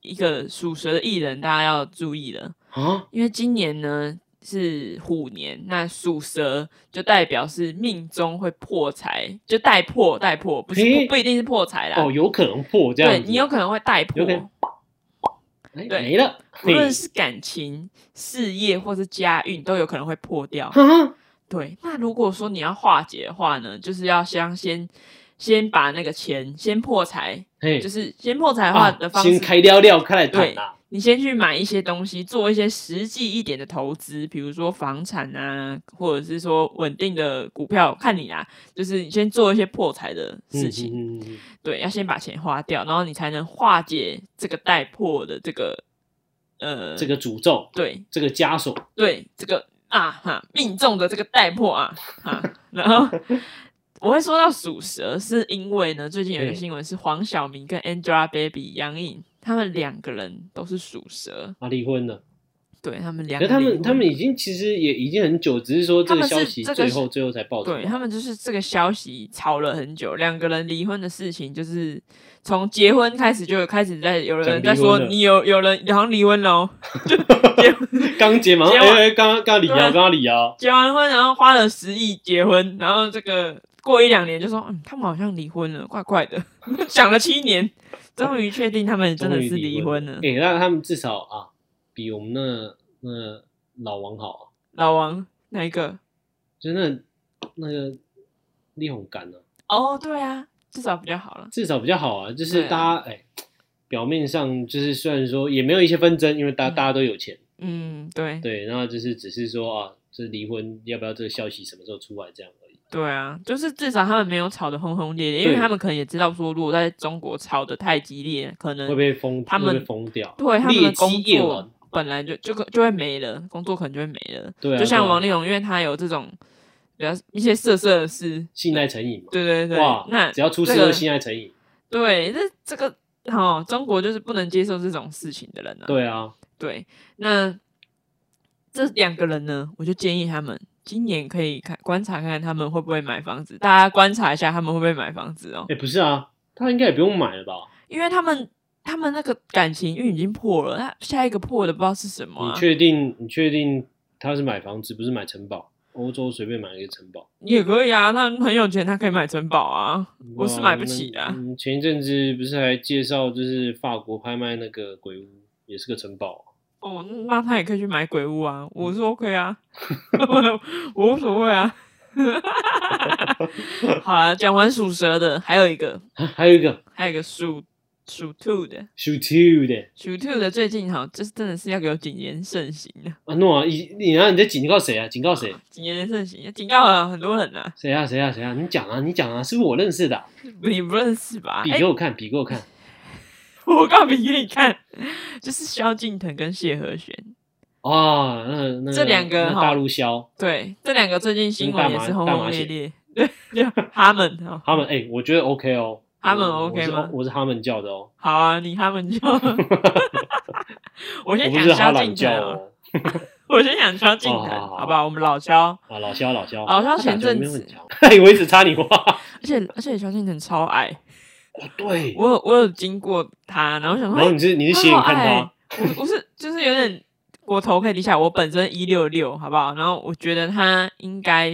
S2: 一个属蛇的艺人，大家要注意了。
S1: 啊，
S2: 因为今年呢是虎年，那属蛇就代表是命中会破财，就带破带破，不是
S1: 嘿
S2: 不不一定是破财啦。
S1: 哦，有可能破这样
S2: 啊对
S1: 子，
S2: 你有可能会带破
S1: 有，可能哎
S2: 对
S1: 没了，
S2: 无论是感情、事业或是家运，都有可能会破掉。
S1: 啊，
S2: 对，那如果说你要化解的话呢，就是要先先先把那个钱先破财，
S1: 嘿，啊
S2: 就是先破财的话的方式，
S1: 先开撩撩开来谈
S2: 对
S1: 啦。
S2: 你先去买一些东西，做一些实际一点的投资，比如说房产啊，或者是说稳定的股票，看你啊，就是你先做一些破财的事情，
S1: 嗯嗯嗯嗯
S2: 对，要先把钱花掉，然后你才能化解这个带破的这个呃，
S1: 嗯这个诅咒，
S2: 对
S1: 这个枷锁，
S2: 对这个啊哈命中的这个带破啊哈，然 后。我会说到属蛇，是因为呢，最近有一个
S1: 嗯
S2: 新闻是黄晓明跟 Angelababy 杨颖，他们两个人都是属蛇，
S1: 啊，离婚了。
S2: 对他们两
S1: 可是
S2: 个
S1: 他
S2: 灵
S1: 们
S2: 魂，
S1: 他们已经其实也已经很久，只是说这
S2: 他
S1: 个
S2: 们是
S1: 消息
S2: 这个
S1: 最
S2: 是
S1: 后最后才爆出
S2: 对
S1: 来。
S2: 他们就是这个消息吵了很久，两个人离婚的事情，就是从结婚开始就有开始在有人在
S1: 讲离
S2: 说
S1: 婚了
S2: 你有有人好像离婚哦喽，就结婚
S1: 刚结嘛，
S2: 结
S1: 哎
S2: 完
S1: 哎，刚刚刚离
S2: 对
S1: 啊，
S2: 啊
S1: 刚刚离啊，
S2: 结完婚，然后花了十亿结婚，然后这个过一两年就说嗯他们好像离婚了，怪怪的， 想了七年，终于确定他们真的
S1: 终于
S2: 是离婚了。
S1: 哎，那他们至少啊，比我们那那老王好啊，
S2: 老王哪一个？
S1: 就那那个力宏感啊，
S2: 哦，对啊，至少比较好了。
S1: 至少比较好啊。就
S2: 对
S1: 是
S2: 啊
S1: 大家哎，表面上就是虽然说也没有一些纷争，因为大
S2: 嗯
S1: 大家都有钱。
S2: 嗯，对
S1: 对，然后就是只是说啊，这离婚要不要这个消息什么时候出来这样而已。
S2: 对啊，就是至少他们没有吵得轰轰烈烈，因为
S1: 对
S2: 他们可能也知道说，如果在中国吵得太激烈，可能
S1: 会被封，
S2: 他们
S1: 会被封掉，
S2: 对他们
S1: 劣
S2: 的
S1: 迹
S2: 工
S1: 夜晚
S2: 作，本来就就可就会没了，工作可能就会没了。
S1: 对啊
S2: 就
S1: 对
S2: 像
S1: 啊
S2: 王力宏，因为他有这种比较一些色色的事，
S1: 信赖成瘾嘛。
S2: 对对对
S1: 哇，，
S2: 那
S1: 只要出事
S2: 这个
S1: 就信赖成瘾。
S2: 对，这这个哦，中国就是不能接受这种事情的人啊。
S1: 对啊，
S2: 对，那这两个人呢，我就建议他们今年可以看观察看看他们会不会买房子，大家观察一下他们会不会买房子哦，
S1: 哎，不是啊，他应该也不用买了吧？
S2: 因为他们他们那个感情运已经破了，那下一个破的不知道是什么、
S1: 你
S2: 啊。
S1: 确定？你确定他是买房子，不是买城堡？欧洲随便买一个城堡，
S2: 也可以啊，他很有钱，他可以买城堡啊。我是买不起的啊
S1: 哇。那嗯前一阵子不是还介绍，就是法国拍卖那个鬼屋，也是个城堡啊。
S2: 哦，那他也可以去买鬼屋啊，我是 OK 啊，我无所谓啊。 好啊，讲完属蛇的，还有一个，
S1: 啊还有一个
S2: 还有一个属属兔的，
S1: shoot you 的
S2: 属兔的最近哈，就是真的是要给我谨言慎行啊，
S1: 啊，诺啊，你你然后你在警告谁啊？警告谁？
S2: 谨言慎行，警告了很多人啊，
S1: 谁啊？谁啊？谁啊？你讲啊！你讲啊！是不是我认识的啊、
S2: 你不认识吧？
S1: 比
S2: 哎、
S1: 给我看，比给我看。
S2: 我告比给你看， 就是萧敬腾跟谢和弦。
S1: 哦，那那
S2: 这两个
S1: 那
S2: 哈
S1: 大陆销，
S2: 对，这两个最近新
S1: 大
S2: 闻也
S1: 麻
S2: 是轰
S1: 大
S2: 轰
S1: 麻
S2: 烈
S1: 鞋
S2: 烈。对，就他们 哈，哦
S1: 他们哎、我觉得 OK 哦，
S2: 他们
S1: 我
S2: OK
S1: 我是
S2: 吗
S1: 我是他们叫的哦，
S2: 好啊，你 他们就。我
S1: 我
S2: 先
S1: 不
S2: 讲
S1: 是哈
S2: 萧
S1: 兰
S2: 敬腾
S1: 叫
S2: 哦，
S1: 哦。
S2: 我先讲萧敬
S1: 哦好
S2: 腾，
S1: 好
S2: 好吧，我们老萧，
S1: 啊，老肖，老肖，
S2: 老肖
S1: 他
S2: 前
S1: 打球
S2: 阵
S1: 没有很
S2: 子
S1: 强，嘿 我一直插你话。
S2: 而且而且萧敬腾超矮，
S1: 对，
S2: 我有我有经过他，然后想说，哎
S1: 然后你是你是斜
S2: 他
S1: 眼
S2: 好
S1: 看
S2: 矮
S1: 他，
S2: 我我是就是有点，我头可以理解，我本身一六六，好不好？然后我觉得他应该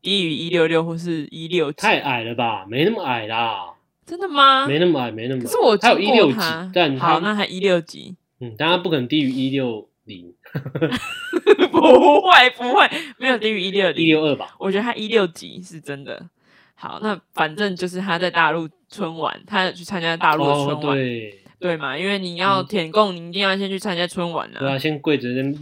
S2: 低于一六六或是一六几，
S1: 太矮了吧？没那么矮啦，
S2: 真的吗？
S1: 没那么矮，没那么矮。
S2: 啊可是我
S1: 他有
S2: 经
S1: 一
S2: 过
S1: 六几
S2: 他，
S1: 但
S2: 好，
S1: 他
S2: 那他一六 几？
S1: 嗯，但他不可能低于一六零、
S2: 不会不会，没有低于一六
S1: 一
S2: 零。
S1: 六二吧？
S2: 我觉得他一六几是真的。好，那反正就是他在大陆春晚，他有去参加大陆的嗯
S1: 哦
S2: 春，晚，
S1: 对，
S2: 对嘛？因为你要
S1: 嗯
S2: 填供，你一定要先去参加春晚
S1: 对啊，先跪着那边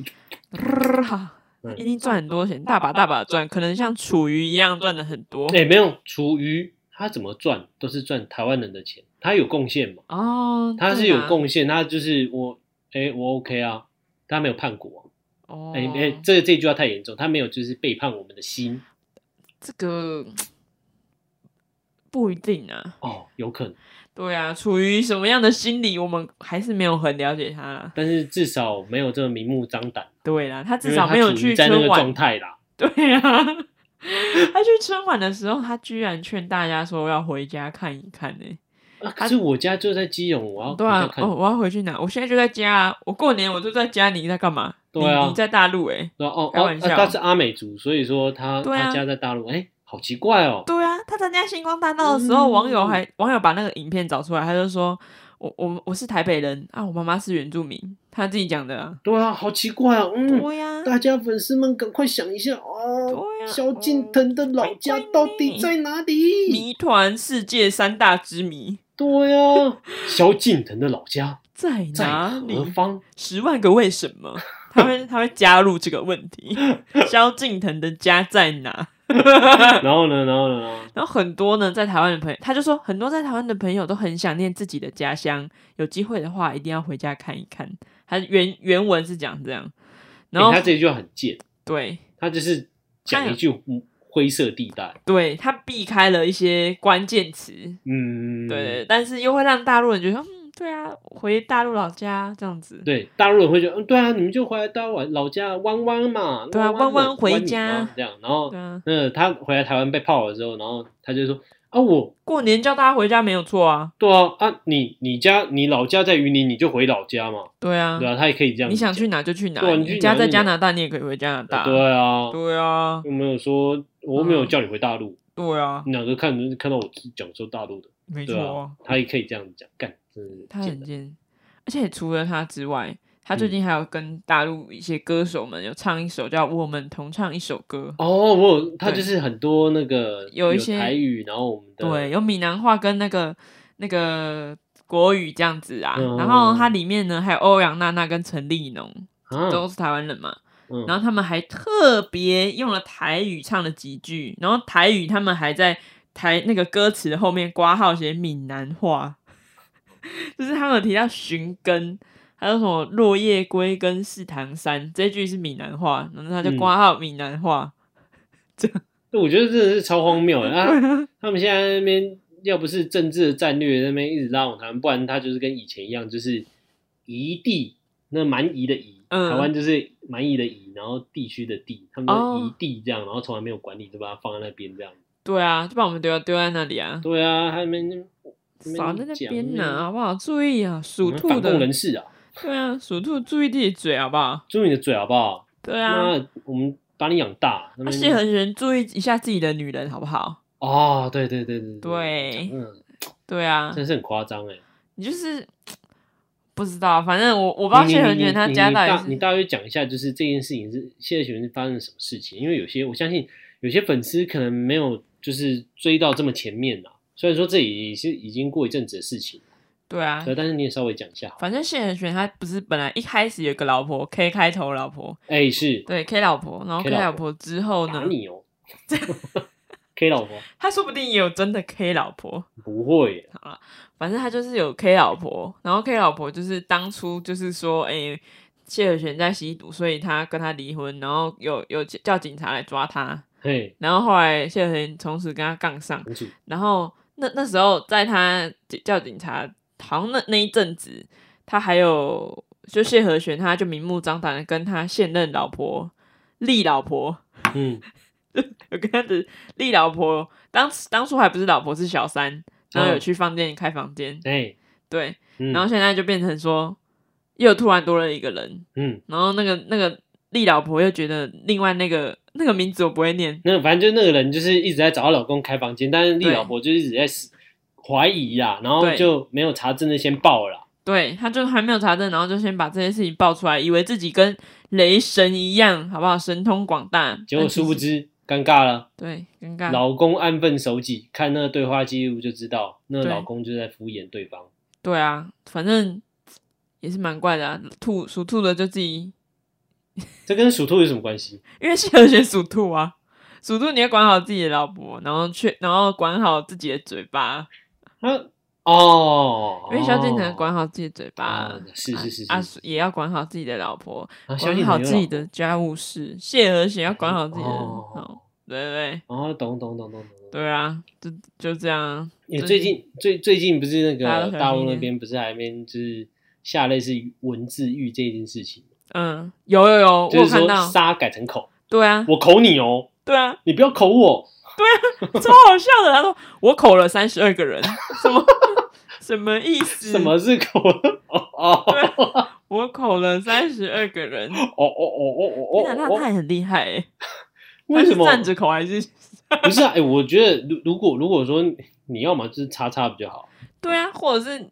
S2: 哦好
S1: 嗯
S2: 一定赚很多钱，大把大把赚，可能像楚瑜一样赚的很多。
S1: 哎、没有，楚瑜他怎么赚都是赚台湾人的钱，他有贡献嘛？
S2: 哦，
S1: 他
S2: 对
S1: 是有
S2: 啦
S1: 贡献，他就是我，哎、我 OK 啊，他没有叛国、
S2: 哦
S1: 啊，，哎、哎、这这句话太严重，他没有就是背叛我们的心
S2: 这个嗯不一定啊。
S1: 哦，有可能，
S2: 对啊，处于什么样的心理，我们还是没有很了解他啦。
S1: 但是至少没有这么明目张胆，
S2: 对啦，他
S1: 因
S2: 至
S1: 为
S2: 少
S1: 他
S2: 没有
S1: 处于
S2: 去
S1: 在那
S2: 春
S1: 个状
S2: 晚。
S1: 态啦，
S2: 对啊，他去春晚的时候，他居然劝大家说要回家看一看呢、
S1: 啊，可是我家就在基隆，我要
S2: 对
S1: 回
S2: 啊
S1: 家，看
S2: 哦，我要回去拿，我现在就在家啊，我过年我就在家，你在干嘛？
S1: 对啊
S2: 你你在大陆哎、
S1: 对啊哦
S2: 开
S1: 哦，
S2: 玩
S1: 啊
S2: 笑
S1: 他是阿美族，所以说他
S2: 对啊
S1: 他家在大陆，哎、好奇怪哦，
S2: 对啊，他参加星光大道的时候，
S1: 嗯
S2: 网友还网友把那个影片找出来，他就说：“我我我是台北人啊，我妈妈是原住民。”他自己讲的、啊。
S1: 对啊，好奇怪哦，嗯，
S2: 对啊呀、
S1: 大家粉丝们赶快想一下哦，
S2: 对呀、啊
S1: 萧敬腾的老家到底在哪里？
S2: 谜团世界三大之谜
S1: 对呀，萧敬腾的老家
S2: 在
S1: 在
S2: 哪
S1: 何
S2: 里？
S1: 方？
S2: 十万个为什 么？他会他会加入这个问题。萧敬腾的家在哪？
S1: 然后呢，然后呢，然后呢
S2: 然后很多呢，在台湾的朋友，他就说很多在台湾的朋友都很想念自己的家乡，有机会的话一定要回家看一看。他原原文是讲这样，然后、
S1: 欸他这句话很贱，
S2: 对
S1: 他就是讲一句嗯灰色地带，
S2: 对，他避开了一些关键词，
S1: 嗯，
S2: 对，但是又会让大陆人觉得，嗯，对啊，回大陆老家这样子，
S1: 对，大陆人会觉得，嗯，对啊，你们就回来到我老家弯弯嘛，
S2: 对啊
S1: 弯
S2: 弯
S1: 嘛
S2: 弯回
S1: 弯你
S2: 家
S1: 嘛这样，然后
S2: 对啊，
S1: 那个他回来台湾被泡了之后，然后他就说啊我。
S2: 过年叫大家回家没有错啊，
S1: 对啊，啊，你你家你老家在云林，你就回老家嘛，
S2: 对啊，
S1: 对啊，他也可以这样讲。
S2: 你想去哪就去哪，
S1: 对啊你去
S2: 你
S1: 哪
S2: 家
S1: 就
S2: 在
S1: 去
S2: 加
S1: 哪
S2: 拿大，你也可以回加拿大，
S1: 对啊，
S2: 对啊，
S1: 又没有说，我没有叫你回大陆，
S2: 对啊，
S1: 你哪个看看到我讲说大陆的，
S2: 没
S1: 对
S2: 错啊、
S1: 啊，他也可以这样讲，干，真是
S2: 他
S1: 贱
S2: 很
S1: 人
S2: 尖，而且除了他之外，他
S1: 嗯
S2: 最近还有跟大陆一些歌手们有唱一首叫《我们同唱一首歌》，
S1: 哦，我有，他
S2: 对
S1: 就是很多那个
S2: 有一些
S1: 台语，然后我们的
S2: 对，有闽南话跟那个那个国语这样子啊。
S1: 嗯
S2: 然后它里面呢还有欧阳娜娜跟陈立农，
S1: 啊，
S2: 都是台湾人嘛。
S1: 嗯
S2: 然后他们还特别用了台语唱了几句，然后台语他们还在台那个歌词后面挂号写闽南话， 就是他们有提到寻根，还有什么落叶归根是唐山这句是闽南话，然后他就
S1: 嗯
S2: 挂号闽南话，
S1: 我觉得真的是超荒谬的啊！他们现在那边要不是政治的战略那边一直拉拢他们，不然他就是跟以前一样，就是夷地，那蛮夷的夷，
S2: 嗯
S1: 台湾就是蛮夷的夷，然后地区的地，他们
S2: 哦
S1: 就夷地这样，然后从来没有管理，就把它放在那边这样。
S2: 对啊，就把我们丢丢在那里啊，
S1: 对啊，他们
S2: 少在那边
S1: 呢，
S2: 呢好不好？注意啊，属
S1: 我们
S2: 兔
S1: 反
S2: 的
S1: 共，人士啊，
S2: 对啊，属兔注意自己嘴好不好？
S1: 注意你的嘴好不好？
S2: 对啊，
S1: 妈的，我们把你养大。那
S2: 那
S1: 边
S2: 谢和弦注意一下自己的女人好不好？
S1: 哦，对对对对
S2: 对
S1: 嗯，
S2: 对啊，
S1: 真是很夸张哎。
S2: 你就是不知道，反正我我不知道
S1: 你
S2: 谢和
S1: 你
S2: 弦
S1: 你
S2: 他
S1: 你
S2: 家
S1: 你
S2: 到底
S1: 大
S2: 是
S1: 你大约讲一下，就是这件事情是谢和弦是发生什么事情？因为有些我相信有些粉丝可能没有就是追到这么前面啊。虽然说这也是已经过一阵子的事情，
S2: 对啊，
S1: 可但是你也稍微讲一下好了。
S2: 反正谢和弦他不是本来一开始有个老婆 K 开头老婆，
S1: 哎，是
S2: 对 K 老婆，然后
S1: K
S2: K
S1: 老
S2: 老婆之后
S1: 打
S2: 呢，
S1: 你哦， K 老婆
S2: 他说不定也有真的 K 老婆，
S1: 不会耶，
S2: 反正他就是有 K 老婆，然后 K 老婆就是当初就是说，哎、谢和弦在吸毒，所以他跟他离婚，然后有有叫警察来抓他，
S1: 嘿，
S2: 然后后来谢和弦从此跟他杠上，
S1: 很主
S2: 然后那那时候在他叫警察，好像那那一阵子，他还有就谢和弦，他就明目张胆的跟他现任老婆丽老婆，
S1: 嗯，
S2: 有跟他的丽老婆，当当初还不是老婆是小三，然后有去饭店开房间，
S1: 哎，
S2: 对，
S1: 嗯，
S2: 然后现在就变成说，又突然多了一个人，
S1: 嗯，
S2: 然后那个那个丽老婆又觉得另外那个那个名字我不会念，
S1: 那反正就那个人就是一直在找她老公开房间，但是丽
S2: 对
S1: 老婆就一直在死怀疑啦，然后
S2: 对
S1: 就没有查证的先报了啦，
S2: 对，他就还没有查证，然后就先把这件事情爆出来，以为自己跟雷神一样，好不好？神通广大，
S1: 结果
S2: 但其
S1: 殊不
S2: 实
S1: 知尴尬了。
S2: 对，尴尬。
S1: 老公安分守己，看那个对话记录就知道，那
S2: 对
S1: 老公就在敷衍对方。
S2: 对啊，反正也是蛮怪的啊。兔属兔的就自己，
S1: 这跟属兔有什么关系？
S2: 因为谢和弦属兔啊，属兔你要管好自己的老婆，然后去，然后管好自己的嘴巴，
S1: 啊哦，
S2: 因为萧敬腾
S1: 哦
S2: 管好自己的嘴巴，
S1: 啊是是是是
S2: 啊，也要管好自己的老婆，
S1: 啊萧
S2: 管
S1: 敬腾
S2: 好
S1: 有
S2: 自己
S1: 老
S2: 的家务事。谢和弦要管好自己的，
S1: 哦
S2: 哦、对对对。
S1: 哦，懂懂懂懂懂。
S2: 对啊，就就这样。啊
S1: 你最近最最近不是那
S2: 大
S1: 个
S2: 家都小心
S1: 大
S2: 一
S1: 陆那
S2: 点
S1: 边不是还边就是下类似于文字狱这件事情，
S2: 嗯，有有有，我
S1: 就
S2: 有
S1: 是
S2: 看
S1: 说
S2: 到。
S1: 杀改成口，
S2: 对啊，
S1: 我口你哦，
S2: 对啊，
S1: 你不要口我，
S2: 超好笑的。他说我口了三十二 个人，什么什么意思？
S1: 什么？是口？哦哦哦
S2: 对 我口了三十二个人。
S1: 哦哦哦
S2: 天哪，
S1: 哦
S2: 他
S1: 哦
S2: 他
S1: 哦，
S2: 也很厉害欸。
S1: 为
S2: 他是
S1: 什么？
S2: 站着口 还是？
S1: 不是啊，哎、我觉得如如果如果说你要嘛就是叉叉比较好，
S2: 对啊，或者是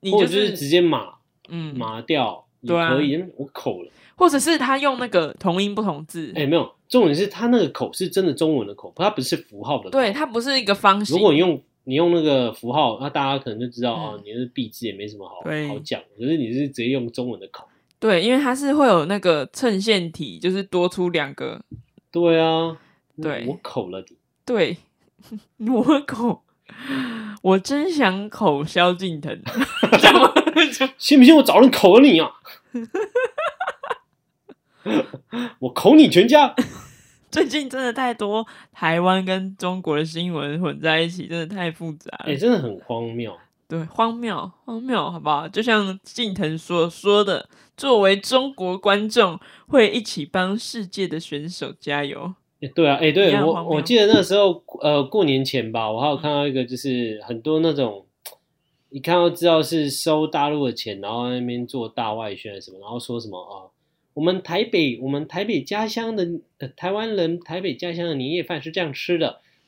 S2: 你
S1: 或
S2: 就
S1: 者就是直
S2: 是
S1: 接码
S2: 嗯，
S1: 码掉也
S2: 对啊
S1: 可以。我口了，
S2: 或者是他用那个同音不同字
S1: 哎、。没有，重点是他那个口是真的中文的口，它不是符号的口。
S2: 对，它不是一个方形
S1: 如。果你用你用那个符号，那大家可能就知道、
S2: 嗯
S1: 哦，你是闭字也没什么好
S2: 对
S1: 好讲，可是你是直接用中文的口。
S2: 对，因为它是会有那个衬线体，就是多出两个。
S1: 对啊，
S2: 对
S1: 我口了你，
S2: 对， 我口，我真想口萧敬腾。 这样吗
S1: 信不信我早上口了你啊？ 我口你全家。
S2: 最近真的太多台湾跟中国的新闻混在一起，真的太复杂了。
S1: 哎、真的很荒谬。
S2: 对，荒谬，荒谬，好不好？就像敬腾所说的，作为中国观众，会一起帮世界的选手加油。
S1: 欸对啊，哎、
S2: 一
S1: 对
S2: 样
S1: 我
S2: 荒
S1: 我
S2: 谬嗯
S1: 记得那时候，呃，过年前吧，我还有看到一个，就是很多那种，一看到知道是收大陆的钱，然后在那边做大外宣什么，然后说什么啊、我们台北，我们台北家乡的、呃、台湾人，台北家乡的年夜饭是这样吃的，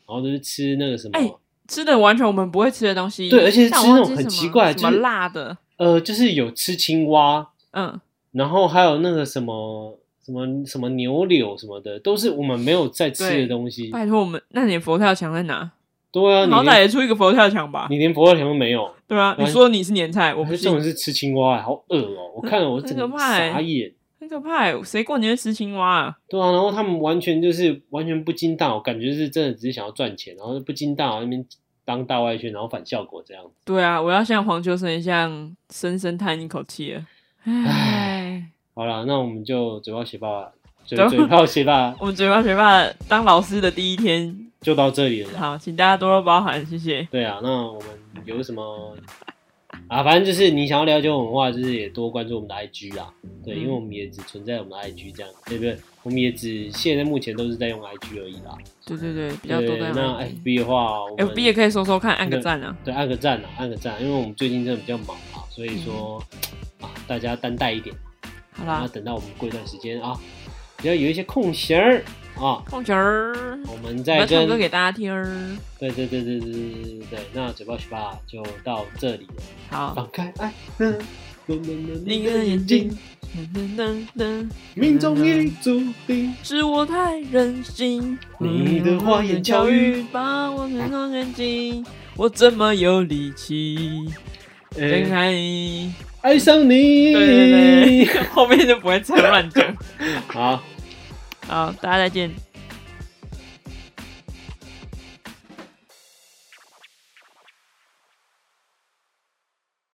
S1: 然后就是吃那个什么，
S2: 哎吃的完全我们不会吃的东西，
S1: 对而且是
S2: 但
S1: 吃
S2: 我
S1: 那
S2: 忘
S1: 种
S2: 记
S1: 很
S2: 什
S1: 奇
S2: 么
S1: 怪的
S2: 什
S1: 就
S2: 么
S1: 是
S2: 辣的，
S1: 呃，就是有吃青蛙，
S2: 嗯，
S1: 然后还有那个什么什么什么牛柳什么的，都是我们没有在吃的
S2: 对
S1: 东西。
S2: 拜托我们，那你的佛跳墙在哪？
S1: 对啊，你
S2: 好歹
S1: 连
S2: 也出一个佛跳墙吧，
S1: 你连佛跳墙都没有。
S2: 对啊，
S1: 嗯
S2: 你说你是年菜，我
S1: 我
S2: 不
S1: 们
S2: 信
S1: 这种，是吃青蛙、欸，好恶 哦、我看了我整个
S2: 很可怕欸
S1: 傻眼。
S2: 很可怕欸，谁过年会吃青蛙啊？
S1: 对啊，然后他们完全就是完全不经大脑，感觉是真的只是想要赚钱，然后不经大脑那边当大外宣，然后反效果这样。
S2: 对啊，我要像黄秋生一样深深叹一口气了，唉，
S1: 好啦，那我们就嘴巴学霸，嘴
S2: 走
S1: 嘴炮学霸
S2: 我们嘴巴学霸当老师的第一天，
S1: 就到这里了啦。
S2: 好，请大家多多包涵，谢谢。
S1: 对啊，那我们有什 么啊？反正就是你想要了解我们的话，就是也多关注我们的 IG 啦。对，
S2: 嗯
S1: 因为我们也只存在我们的 IG 这样，对不对？我们也只现在目前都是在用 IG 而已啦。
S2: 对对对，比较多
S1: 对，
S2: 在
S1: 那哎 FB 的话，我们
S2: FB 也可以搜搜看，按个
S1: 对
S2: 赞啊。
S1: 对，按个赞啊，按个赞，因为我们最近真的比较忙啊，所以说、啊，大家担待一点，
S2: 嗯好
S1: 然后
S2: 啦，
S1: 等到我们过一段时间啊，比较有一些空闲儿啊，
S2: 空姐儿，
S1: 我们
S2: 我
S1: 再
S2: 要唱
S1: 跟
S2: 歌给大家听儿。
S1: 对对对对对对对，那嘴巴学霸就到这里了，
S2: 好，
S1: 放开哎爱的温暖的
S2: 你
S1: 哦你
S2: 的
S1: 的
S2: 眼
S1: 眼
S2: 睛嗯
S1: 睛，，
S2: 噔噔噔噔，
S1: 命中已注定。
S2: 是我太任性。
S1: 你的花言巧语
S2: 把我全都卷进，我怎么有力气真
S1: 哎，
S2: 爱 你？
S1: 爱上你。
S2: 对对对，后面就不会再乱讲。
S1: 好。
S2: 好，大家再见。